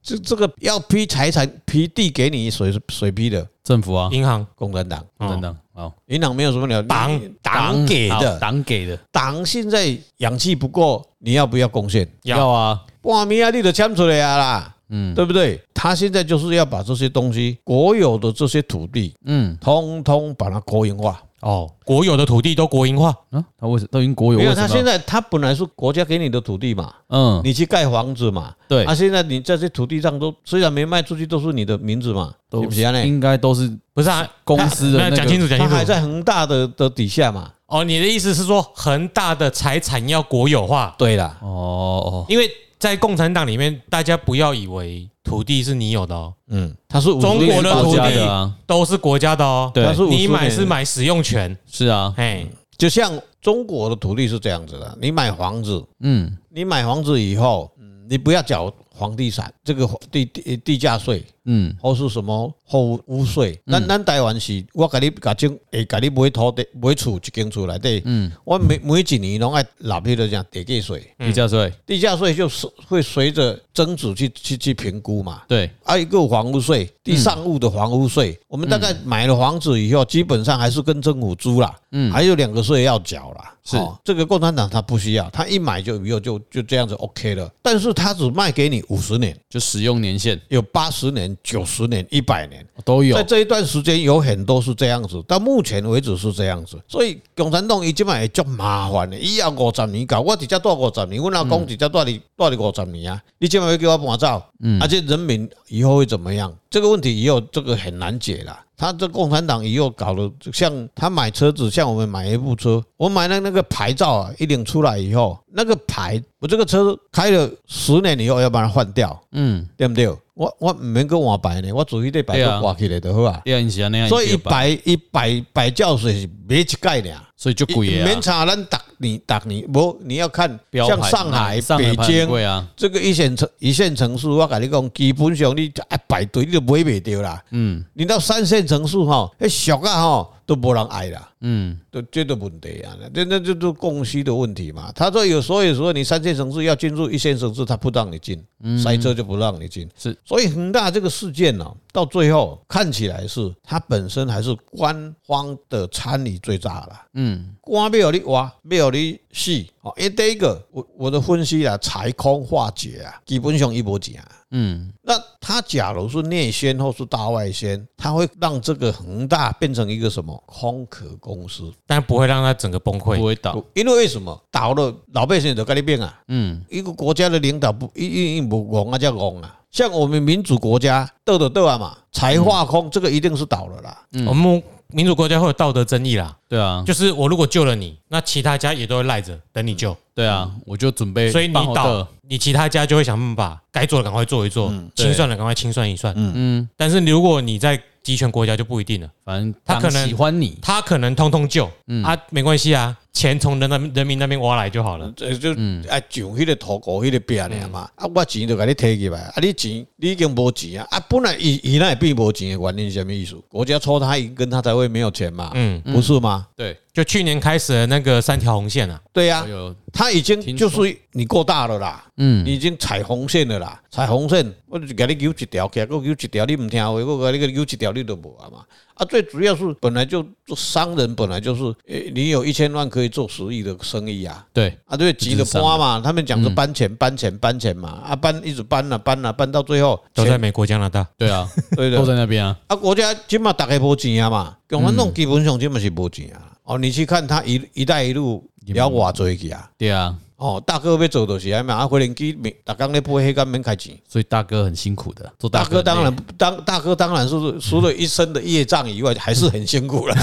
S3: 这这个要批财产批地给你，谁谁批的？
S1: 政府啊，
S2: 嗯银行
S3: 共产党，
S2: 哦
S1: 等等，好，
S3: 银行没有什么了，
S2: 党
S3: 党给
S1: 好
S3: 的，
S1: 党给的，
S3: 党现在氧气不够，你要不要贡献？
S2: 要
S1: 要啊，
S3: 半米啊，你都签出来啊啦，
S1: 嗯
S3: 对不对？他现在就是要把这些东西，国有的这些土地，
S1: 嗯，
S3: 通通把它国营化。
S2: 哦，国有的土地都国营化，
S1: 啊，他为什到英国有
S3: 没
S1: 为
S3: 有，
S1: 什
S3: 他
S1: 么
S3: 现
S1: 要？
S3: 在他本来是国家给你的土地嘛，
S1: 嗯，
S3: 你去盖房子嘛，
S1: 对
S3: 啊，，现在你在这土地上都虽然没卖出去，都是你的名字嘛，是
S1: 都
S3: 不是啊？呢，
S1: 应该都是
S2: 不是啊，
S1: 公司的
S2: 那
S1: 那个
S2: 讲清楚，讲
S3: 它还
S2: 清楚。
S3: 在恒大的的底下嘛。
S2: 哦，你的意思是说恒大的财产要国有化，
S3: 对啦，
S1: 哦，
S2: 因为在共产党里面，大家不要以为土地是你有的哦，
S3: 嗯，
S1: 他说
S2: 中国的土
S1: 国家
S2: 地
S1: 的啊，
S2: 都是国家的哦。
S1: 对
S3: 但是
S2: 你
S3: 50
S2: 买是
S3: 年
S2: 买使用权，
S1: 是啊，
S2: 哎，
S3: 就像中国的土地是这样子的，你买房子，
S1: 嗯，
S3: 你买房子以后，嗯你不要缴房地产这个地地地价税
S1: 嗯，
S3: 或是什么后屋税。咱咱台湾是，我给你甲种，会给你买土地买厝一间厝内底，嗯，我每每一年拢爱纳迄个啥地价税，
S1: 地价税，
S3: 地价税就是会随着增值去去去评估嘛。
S1: 对，
S3: 还啊有一个房屋税，地上物的房屋税，我们大概买了房子以后，基本上还是跟政府租啦，嗯，还有两个税要缴啦。哦
S1: 是
S3: 这个共产党他不需要，他一买就以后就就这样子 OK 了，但是他只卖给你五十年，
S1: 就使用年限哦
S3: 有八十年、九十年、一百年，
S1: 都有
S3: 在，这一段时间有很多是这样子，到目前为止是这样子，所以共产党伊即摆会足麻烦的，伊要五十年搞，我直接住五十年，阮老
S1: 嗯
S3: 公直接住你住你五十年啊，你即摆要叫我搬走，嗯，而且人民以后会怎么样？这个问题以后这个很难解啦。他这共产党以后搞得像他买车子，像我们买一部车，我买了那个牌照啊，一领出来以后，那个牌我这个车开了十年以后要把它换掉，
S1: 嗯，
S3: 对不对？我我唔免个换牌呢，我自己对牌
S1: 对
S3: 都
S1: 啊
S3: 挂起来就好啊。
S1: 对啊，你是安那样，
S3: 所以一
S1: 你就有吧
S3: 百一百百教水是没一概俩，
S1: 所以就贵
S3: 免
S1: 啊，
S3: 查咱打你打你，不你要看
S1: 标
S3: 像
S1: 牌
S3: 上海、
S1: 上
S3: 北
S1: 牌很
S3: 京
S1: 贵啊，
S3: 这个一线城一线城市，我跟你讲，基本上你一排队你就买袂到啦。
S1: 嗯
S3: 你到三线城市吼，迄俗啊吼都无人爱啦。
S1: 嗯，
S3: 都这个问题啊，这那这都供需的问题嘛。他说有所以说你三线城市要进入一线城市，他不让你进，塞车就不让你进。
S1: 嗯是，
S3: 所以恒大这个事件呢、到最后看起来是它本身还是官方的参与最大了。
S1: 嗯，
S3: 官没有你挖，没有你戏哦。因为第一个，我我的分析啊，财空化解啊，基本上一波钱。啊
S1: 嗯，
S3: 那他假如是内宣或是大外宣，他会让这个恒大变成一个什么空壳公司？
S2: 但不会让它整个崩
S1: 不
S2: 溃。
S1: 会倒，
S3: 因为为什么倒了老百姓就跟你变啊？
S1: 哦嗯，
S3: 一个国家的领导不一一一不戆啊叫戆啊，像我们民主国家斗的斗啊嘛，财化空这个一定是倒了啦。
S2: 我们民主国家会有道德争议啦，
S1: 对啊，
S2: 就是我如果救了你，那其他家也都会赖着等你救，
S1: 对啊，我就准备
S2: 所以你
S1: 放好
S2: 倒
S1: 的，，
S2: 你其他家就会想办法该做的赶快做一做，
S3: 嗯
S1: 对
S2: 清算的赶快清算一算。
S1: 嗯，
S2: 但是如果你在集权国家就不一定了，
S1: 反正
S2: 他可能
S1: 党喜欢你，
S2: 他可能通通救
S1: 嗯
S2: 啊，没关系啊，钱从人那人民那边挖来就好
S1: 嗯
S2: 了。
S3: 这就啊，上迄个土狗迄个饼尔嘛，啊，我钱就给你摕起来，啊，你钱你已经无钱啊，啊，本来伊伊那变无钱的原因是什么意思？国家抽他一根，他才会没有钱嘛，
S2: 嗯，
S3: 不是吗？
S1: 对，
S2: 就去年开始的那个三条红线啊，
S3: 对呀、
S1: 有，
S3: 他已经
S1: 哎听
S3: 就
S1: 说
S3: 是你够大了啦，
S1: 嗯
S3: 你已经踩红线了啦，踩红线，我就给你揪一条，给我揪一条，你唔听话，我给你揪一条，你都无啊嘛。啊，最主要是本来就做商人，本来就是，诶，你有一千万可以做十亿的生意啊。
S1: 对，
S3: 啊，对，急着搬嘛，嗯他们讲是搬钱、搬钱、搬钱嘛，啊，搬一直搬啊，搬啊，搬到最后，
S2: 都在
S3: 钱
S2: 美国、加拿大。
S1: 对啊，
S3: 对
S1: 都
S3: 的。
S1: 在那边啊，
S3: 啊，国家今嘛大概无钱啊嘛，共产党基本上今嘛是无钱啊。哦，你去看他一一带一路了偌济去啊。
S1: 对啊，
S3: 哦，大哥要做就是安嘛，啊，回零机每逐工咧配迄间免开钱。
S1: 所以大哥很辛苦的，做
S3: 大
S1: 哥
S3: 哥
S1: 很
S3: 当
S1: 累
S3: 然当大哥当然是除了一身的业障以外，还是很辛苦 了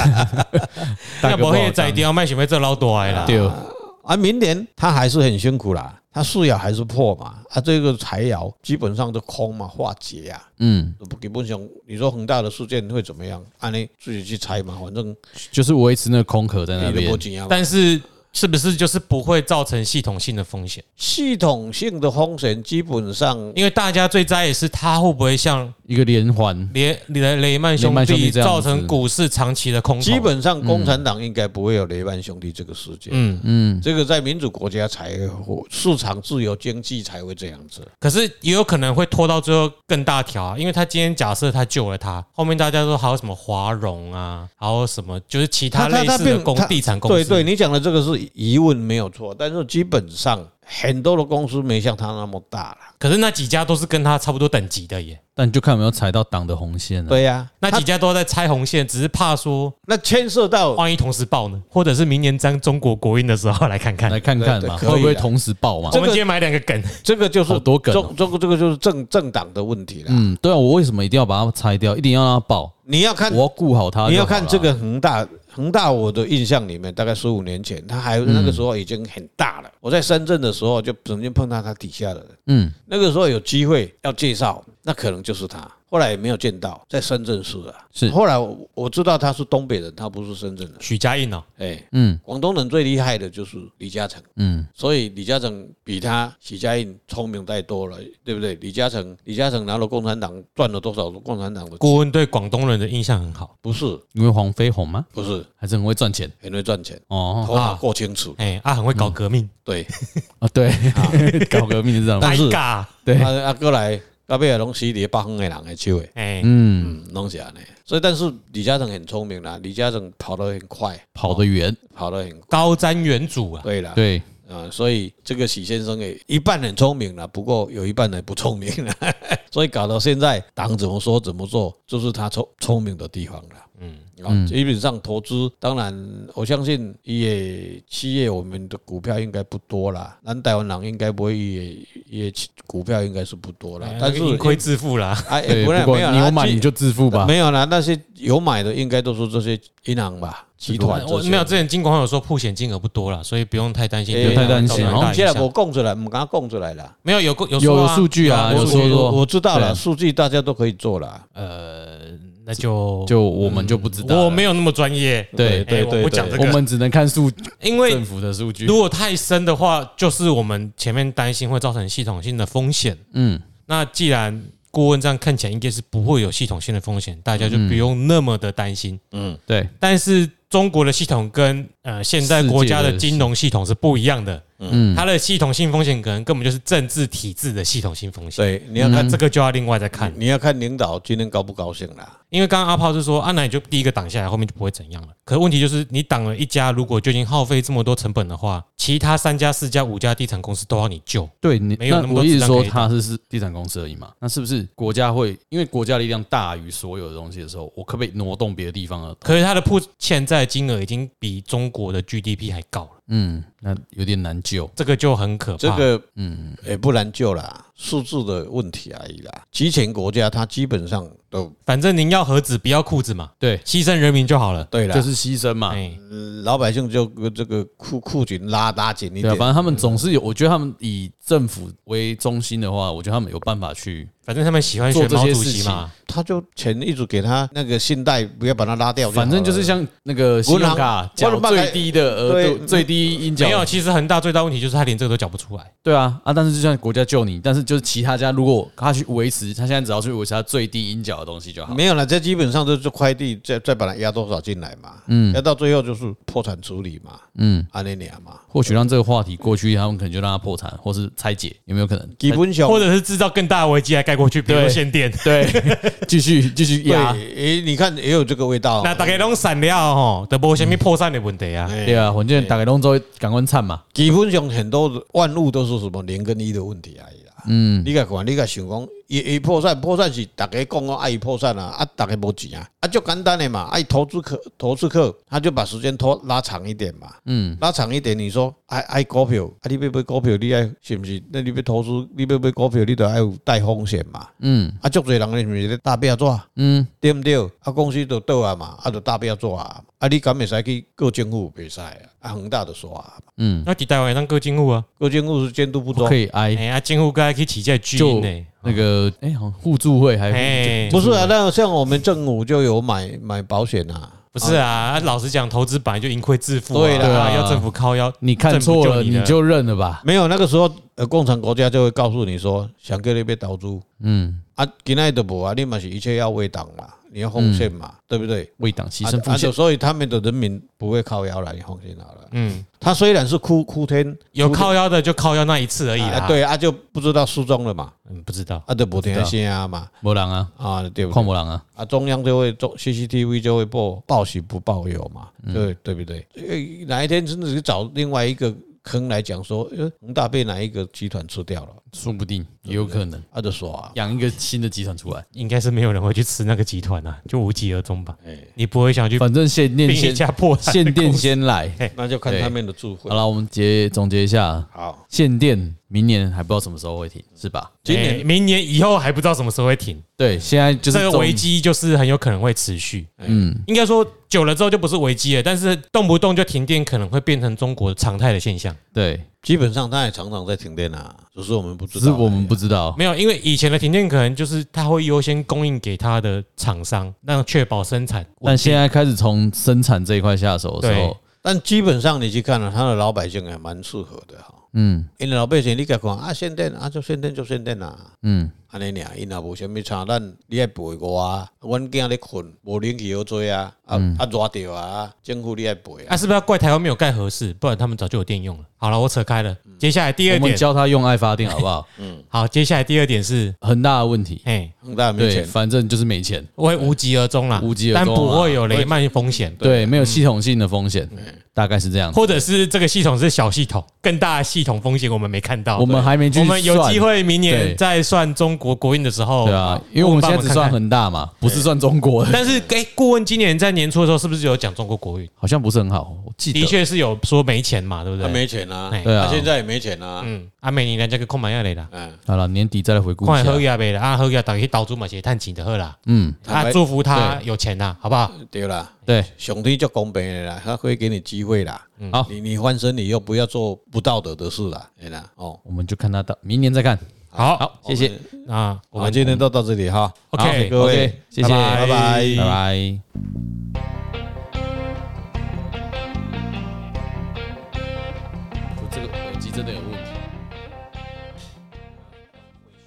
S2: 那
S1: 大哥
S2: 不
S1: 不
S2: 会
S1: 会
S2: 在掉卖想要做老大的啦。
S1: 对，
S3: 啊。明年他还是很辛苦啦，他树爻还是破嘛，啊，这个财爻基本上都空嘛，化解啊呀、
S1: 嗯，
S3: 基本上你说恒大的事件会怎么样？按、啊、你自己去猜嘛，反正
S1: 就是维持那个空壳在那
S3: 你的波
S1: 边，
S3: 及啊。
S2: 但是是不是就是不会造成系统性的风险？
S3: 系统性的风险基本上
S2: 因为大家最在意是它会不会像
S1: 一个连环，
S2: 雷雷雷曼兄
S1: 雷曼兄
S2: 弟
S1: 弟这样子
S2: 造成股市长期的空头。
S3: 基本上共产党应该不会有雷曼兄弟这个事件。
S2: 嗯，
S1: 嗯，
S3: 这个在民主国家才会，市场自由经济才会这样子。
S2: 可是也有可能会拖到最后更大条啊，因为他今天假设他救了他，后面大家都还有什么华融啊，还有什么就是其他类似的
S3: 并
S2: 公
S3: 他
S2: 地产公
S3: 对
S2: 司，
S3: 对，，你讲的这个是疑问没有错，但是基本上很多的公司没像他那么大了。
S2: 可是那几家都是跟他差不多等级的耶，
S1: 但你就看有没有踩到党的红线啊了。
S3: 对呀、
S2: 那
S3: 他
S2: 几家都在拆红线，只是怕说
S3: 嗯那牵涉到
S2: 万一同时爆呢，或者是明年张中国国运的时候来 看看。
S1: 来看看
S3: 对
S1: 嘛，
S3: 哎对可以啊
S1: 会不会
S3: 啦
S1: 同时爆嘛
S2: 我？们今天买两个梗，
S3: 这个就是
S1: 好多梗哦
S3: 中中国这个就是政政党的问题了。
S1: 嗯，对啊，我为什么一定要把它拆掉？一定要让它爆？
S3: 你要看
S1: 我要顾好它就好啦。
S3: 你要看这个恒大恒大，我的印象里面，大概十五年前，它
S1: 嗯
S3: 还那个时候已经很大了。我在深圳的时候，就曾经碰到它底下的人，
S1: 嗯，
S3: 那个时候有机会要介绍，那可能就是他。后来也没有见到，在深圳市啊。
S1: 是
S3: 后来我我知道他是东北人，他不是深圳人。
S2: 许家印哦，
S3: 哎，
S1: 嗯
S3: 广东人最厉害的就是李嘉诚，
S1: 嗯，
S3: 所以李嘉诚比他许家印聪明太多了，对不对？李嘉诚，李嘉诚拿了共产党赚了多少共产党的
S2: 顾
S3: 钱？
S2: 问对广东人的印象很好。
S3: 不是，
S1: 因为黄飞鸿吗？
S3: 不是，
S1: 还是很会赚钱
S3: 很会赚钱，
S1: 哦
S3: 头脑够清楚。
S2: 哎，啊，很会
S1: 嗯
S2: 搞革命，
S3: 对，
S1: 啊，对， 搞革命是这 样吗，
S2: 大
S3: 嗯是
S2: 尬，
S1: 对
S3: 啊啊，过来，到尾啊，拢死伫北方的人的手的，
S2: 哎，
S1: 嗯，
S3: 嗯，拢是安尼。所以，但是李嘉诚很聪明啦，李嘉诚跑得很快，
S1: 跑得远，
S3: 跑得很快。
S2: 高瞻远瞩啊，
S3: 对啦，
S1: 对，
S3: 啊，所以这个许先生也一半很聪明了，不过有一半呢不聪明了， 所以搞到现在，党怎么说怎么做，就是他聪聪明的地方了。
S2: 嗯，
S3: 啊，基本上投资，当然我相信也企业我们的股票应该不多啦，咱台湾人应该不会也也股票应该是不多啦
S2: 哎，
S3: 但是
S2: 盈亏自负啦，
S3: 哎，
S1: 对，
S3: 不然
S1: 不
S3: 没有
S1: 管你有
S3: 啦
S1: 买你就致富吧，
S3: 没有啦，那些有买的应该都是这些银行吧、集团
S2: 我
S3: 这些。
S2: 没有，之前金管会有说破险金额不多了，所以不用太担心，
S3: 哎
S1: 不用太担心啊
S2: 没有
S1: 好
S2: 大
S1: 像
S2: 影
S3: 现在
S2: 响
S3: 我供出来，我刚供出来了。
S2: 没有有过
S1: 有
S2: 有说
S1: 有
S2: 啊
S1: 数据啊，
S2: 有
S1: 有
S2: 数据
S1: 说
S3: 我
S1: 说，
S3: 我知道了，
S1: 对
S3: 数据大家都可以做了。
S2: 呃，那就
S1: 就我们就不知道了，
S2: 我没有那么专业，
S1: 对
S2: 哎
S3: 对
S2: 我
S3: 对
S2: 不
S3: 对
S2: 讲这
S1: 我
S2: 个，
S1: 们只能看数
S2: 因为
S1: 政府的数据
S2: 如，果太深的话，就是我们前面担心会造成系统性的风险。
S1: 嗯，
S2: 那既然顾问这样看起来应该是不会有系统性的风险，大家就不
S1: 嗯
S2: 用那么的担心。
S3: 嗯，
S1: 对，
S2: 但是中国的系统跟呃现在国家的金融系统是不一样的，
S1: 嗯
S2: 它的系统性风险可能根本就是政治体制的系统性风险。
S3: 对，你要
S1: 嗯
S2: 那
S3: 看
S2: 这个就要另外再看，
S3: 你要看领导今天高不高兴
S1: 啊
S3: 啦。
S2: 因为刚刚阿炮是说，啊，那你就第一个挡下来，后面就不会怎样了。可问题就是，你挡了一家，如果就已经耗费这么多成本的话，其他三家、四家、五家地产公司都要你救。
S1: 对你
S2: 没有那么多
S1: 我一
S2: 资
S1: 直
S2: 料
S1: 说
S2: 可以
S1: 它是是地产公司而已嘛，那是不是国家会因为国家力量大于所有的东西的时候，我可不可以挪动别的地方了？
S2: 可是它的铺现在金额已经比中国的 GDP 还高了，
S1: 嗯，那有点难救。
S2: 这个就很可怕。
S3: 这个
S1: 嗯，
S3: 也不难救啦，数字的问题而已啦。集权国家它基本上都
S2: 反正您要盒子，不要裤子嘛，
S1: 对，
S2: 牺牲人民就好了。
S3: 对啦，
S1: 就
S3: 就是
S1: 是牺牲
S3: 啊
S1: 嘛。
S2: 哎，
S3: 老百姓就这个裤裤紧拉拉紧一
S1: 对啊，
S3: 点
S1: 反。正他们总是有，我觉得他们以政府为中心的话，我觉得他们有办法去。
S2: 反正他们喜欢选毛主席嘛，
S3: 他就钱一直给他那个信贷，不要把它拉掉。
S1: 反正就是像那个信用卡
S3: 银
S1: 缴
S3: 行
S1: 最低的额
S3: 对
S1: 度，最低应
S2: 哎没有。
S1: 缴。
S2: 其实恒大最大问题就是他连这个都缴不出来。
S1: 对啊，啊，但是就像国家救你，但是就是其他家如果他去维持，他现在只要去维持他最低应缴的东西就好。
S3: 没有了，这基本上就是快递再再把它压多少进来嘛，嗯，压到最后就是破产处理嘛，
S1: 嗯，
S3: 安尼俩嘛。
S1: 或许让这个话题过去，他们可能就让它破产或是拆解，有没有可 能？
S3: 基本上
S2: 或者是制造更大的危机来盖过去，比如说
S1: 对
S2: 限电，
S1: 对， 继续继续
S3: 对，
S1: 压，
S3: 诶，你看也有这个味道。
S2: 那大概都散了吼，都无什
S3: 嗯
S2: 么破产的问题啊。
S1: 对啊，反正大概拢做赶快惨嘛，
S3: 基本上很多的万物都是什么零跟一的问题而已啦。嗯，你甲看，你甲想讲，伊伊破产，破产是大家讲讲爱破产啊，啊，大家无钱啊，啊，就简单的嘛，爱投资客，投资客他就把时间拖拉长一点嘛，嗯，拉长一点，你说爱爱股票，啊，你要买股票，你爱是不是？那你要投资，你要买股票，你都要有带风险嘛，
S1: 嗯
S3: 啊，足侪人咧，是咧大饼纸，
S1: 嗯，
S3: 啊对不对？啊，公司就倒啊嘛，啊，就大饼纸啊，啊，你敢袂使去告政府袂使啊，啊，恒大就煞啊，
S2: 那伫台湾当各政府啊，
S3: 告政府是监督不周
S1: 不。可以挨
S2: 哎欸呀，政府该去起在居
S1: 就
S2: 因呢。
S1: 那
S2: 哦
S1: 个哎，好像互助会还
S2: 哎，
S3: 不是啊，那像我们政府就有买买保险啊，
S2: 不是啊，啊老实讲，投资本来就盈亏自负啊，
S3: 对啦
S2: 啊要政府靠腰，
S1: 你看错了
S2: 政府救你
S1: 你
S2: 的
S1: 就认了吧，
S3: 没有那个时候，呃，共产国家就会告诉你说，想给你被投资
S1: 嗯，
S3: 啊，今天都无啊，你嘛是一切要为党嘛，你要奉献嘛，对不对？
S1: 为党牺
S3: 啊
S1: 牲
S3: 啊
S1: 奉献，
S3: 所以他们的人民不会靠腰了，你放心好了。
S2: 嗯，
S3: 啊他虽然是哭哭天
S2: 有靠腰的就靠腰那一次而已
S1: 哎
S2: 啦。
S3: 啊，，对啊，就不知道失踪了嘛，
S2: 嗯，不知道，
S3: 啊，就不听声啊嘛，
S1: 没人啊，
S3: 啊，对不
S1: 矿
S3: 对？
S1: 没人啊，
S3: 啊，中央就会中 CCTV 就会报报喜不报忧嘛，对对不对？呃哪一天真的是找另外一个坑来讲说，呃，恒大被哪一个集团吃掉了，
S1: 说不定也有可能
S3: 他就说啊，
S1: 养一个新的集团出来，
S2: 应该是没有人会去吃那个集团啊，就无疾而终吧。你不会想去
S1: 反正限
S2: 并
S1: 电
S2: 一
S1: 哎先
S2: 家破产的哎
S1: 限电
S2: 公司
S1: 先来，
S3: 那就看他们的智慧
S1: 好。了，我们结总结一下，
S3: 好，
S1: 限电明年还不知道什么时候会停，是吧？
S2: 今年、明年、以后还不知道什么时候会停，
S1: 对，现在就是
S2: 这个
S1: 中
S2: 危，机就是很有可能会持续。嗯，应该说久了之后就不是危机了，但是动不动就停电，可能会变成中国常态的现象。
S1: 对，
S3: 基本上它也常常在停电啊，只是我们不知
S1: 只是
S3: 道而已啊。
S1: 我们不知道。
S2: 没有，因为以前的停电可能就是它会优先供应给它的厂商，让确保生产稳定。
S1: 但现在开始从生产这一块下手的时候
S2: 对，
S3: 但基本上你去看了、他的老百姓也蛮适合的哈。
S1: 嗯
S3: 因为老百姓你甲看啊，限电啊，就限电就限电啊，
S1: 嗯，
S3: 安尼尔，因也无啥物差，咱你爱陪我啊，阮囝咧困，无冷气好吹啊，啊啊热着啊，政府你爱陪啊
S2: 嗯啊，，是不是要怪台湾没有盖合适？不然他们早就有电用了。好了，我扯开了。接下来第二
S1: 我们
S2: 点，
S1: 教他用爱发电好不 好？
S2: 好，接下来第二点是，
S1: 很大的问题，
S2: 哎，
S3: 恒大啊没
S1: 对，
S3: 钱，
S1: 反正就是没钱，
S2: 会无疾而终啦，
S1: 无疾而终啊
S2: 但不会有雷曼风险，
S1: 对，没有系统性的风险，大概是这样。
S2: 嗯或者是这个系统是小系统，更大的系统风险我们没看到。
S1: 我们还没去
S2: 我们有
S1: 算
S2: 机会明
S1: 对
S2: 年再算中国国运的时候，
S1: 对啊，因为我们现在只算
S2: 很。
S1: 恒大嘛，不是算中国的，
S2: 但是，哎，顾问今年在年初的时候是不是有讲中国国运？
S1: 好像不是很好，我记
S2: 的
S1: 得。
S2: 确是有说没钱嘛，对不
S3: 他
S2: 对？
S3: 没钱啊
S2: 哎，
S1: 对啊
S3: 他现在也没钱啊，
S2: 嗯，阿美尼人家个空满亚雷啦，
S3: 嗯，
S1: 好了，年底再来回顾一
S2: 快
S1: 下
S2: 喝。亚呗啦，啊喝亚等于岛主嘛，些探钱的喝啦，
S1: 嗯，
S3: 坦
S2: 啊
S3: 白
S2: 祝福他有钱啦，好不好？
S3: 对啦，
S1: 对，
S3: 上帝就公平的啦，他会给你机会啦，
S2: 嗯哦
S1: 好
S3: 你你翻身，你又不要做不道德的事啦，对啦，哦，
S1: 我们就看他到明年再看。
S2: 好，
S1: 好，谢谢，
S2: 那
S3: 我
S2: 我
S3: 们
S2: 们
S3: 今天就到这里哈，
S1: 好
S2: OK，
S3: 各位
S1: ，OK，谢谢，
S2: 拜
S1: 拜
S3: 拜
S1: 拜。